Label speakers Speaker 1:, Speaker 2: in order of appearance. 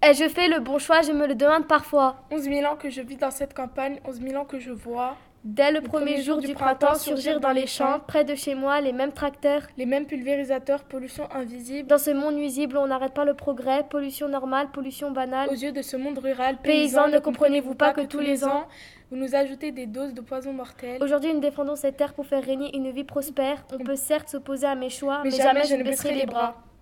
Speaker 1: Ai-je fait le bon choix Je me le demande parfois.
Speaker 2: 11 000 ans que je vis dans cette campagne, 11 000 ans que je vois
Speaker 1: Dès le premier jour du printemps, surgir dans les champs, près de chez moi, les mêmes tracteurs.
Speaker 2: les mêmes pulvérisateurs, pollution invisible.
Speaker 1: Dans ce monde nuisible, on n'arrête pas le progrès, pollution normale, pollution banale.
Speaker 2: Aux yeux de ce monde rural,
Speaker 1: Paysans, ne comprenez-vous pas que tous les ans,
Speaker 2: vous nous ajoutez des doses de poison mortel
Speaker 1: Aujourd'hui, nous défendons cette terre pour faire régner une vie prospère. On peut certes s'opposer à mes choix, mais, jamais, je ne baisserai les bras.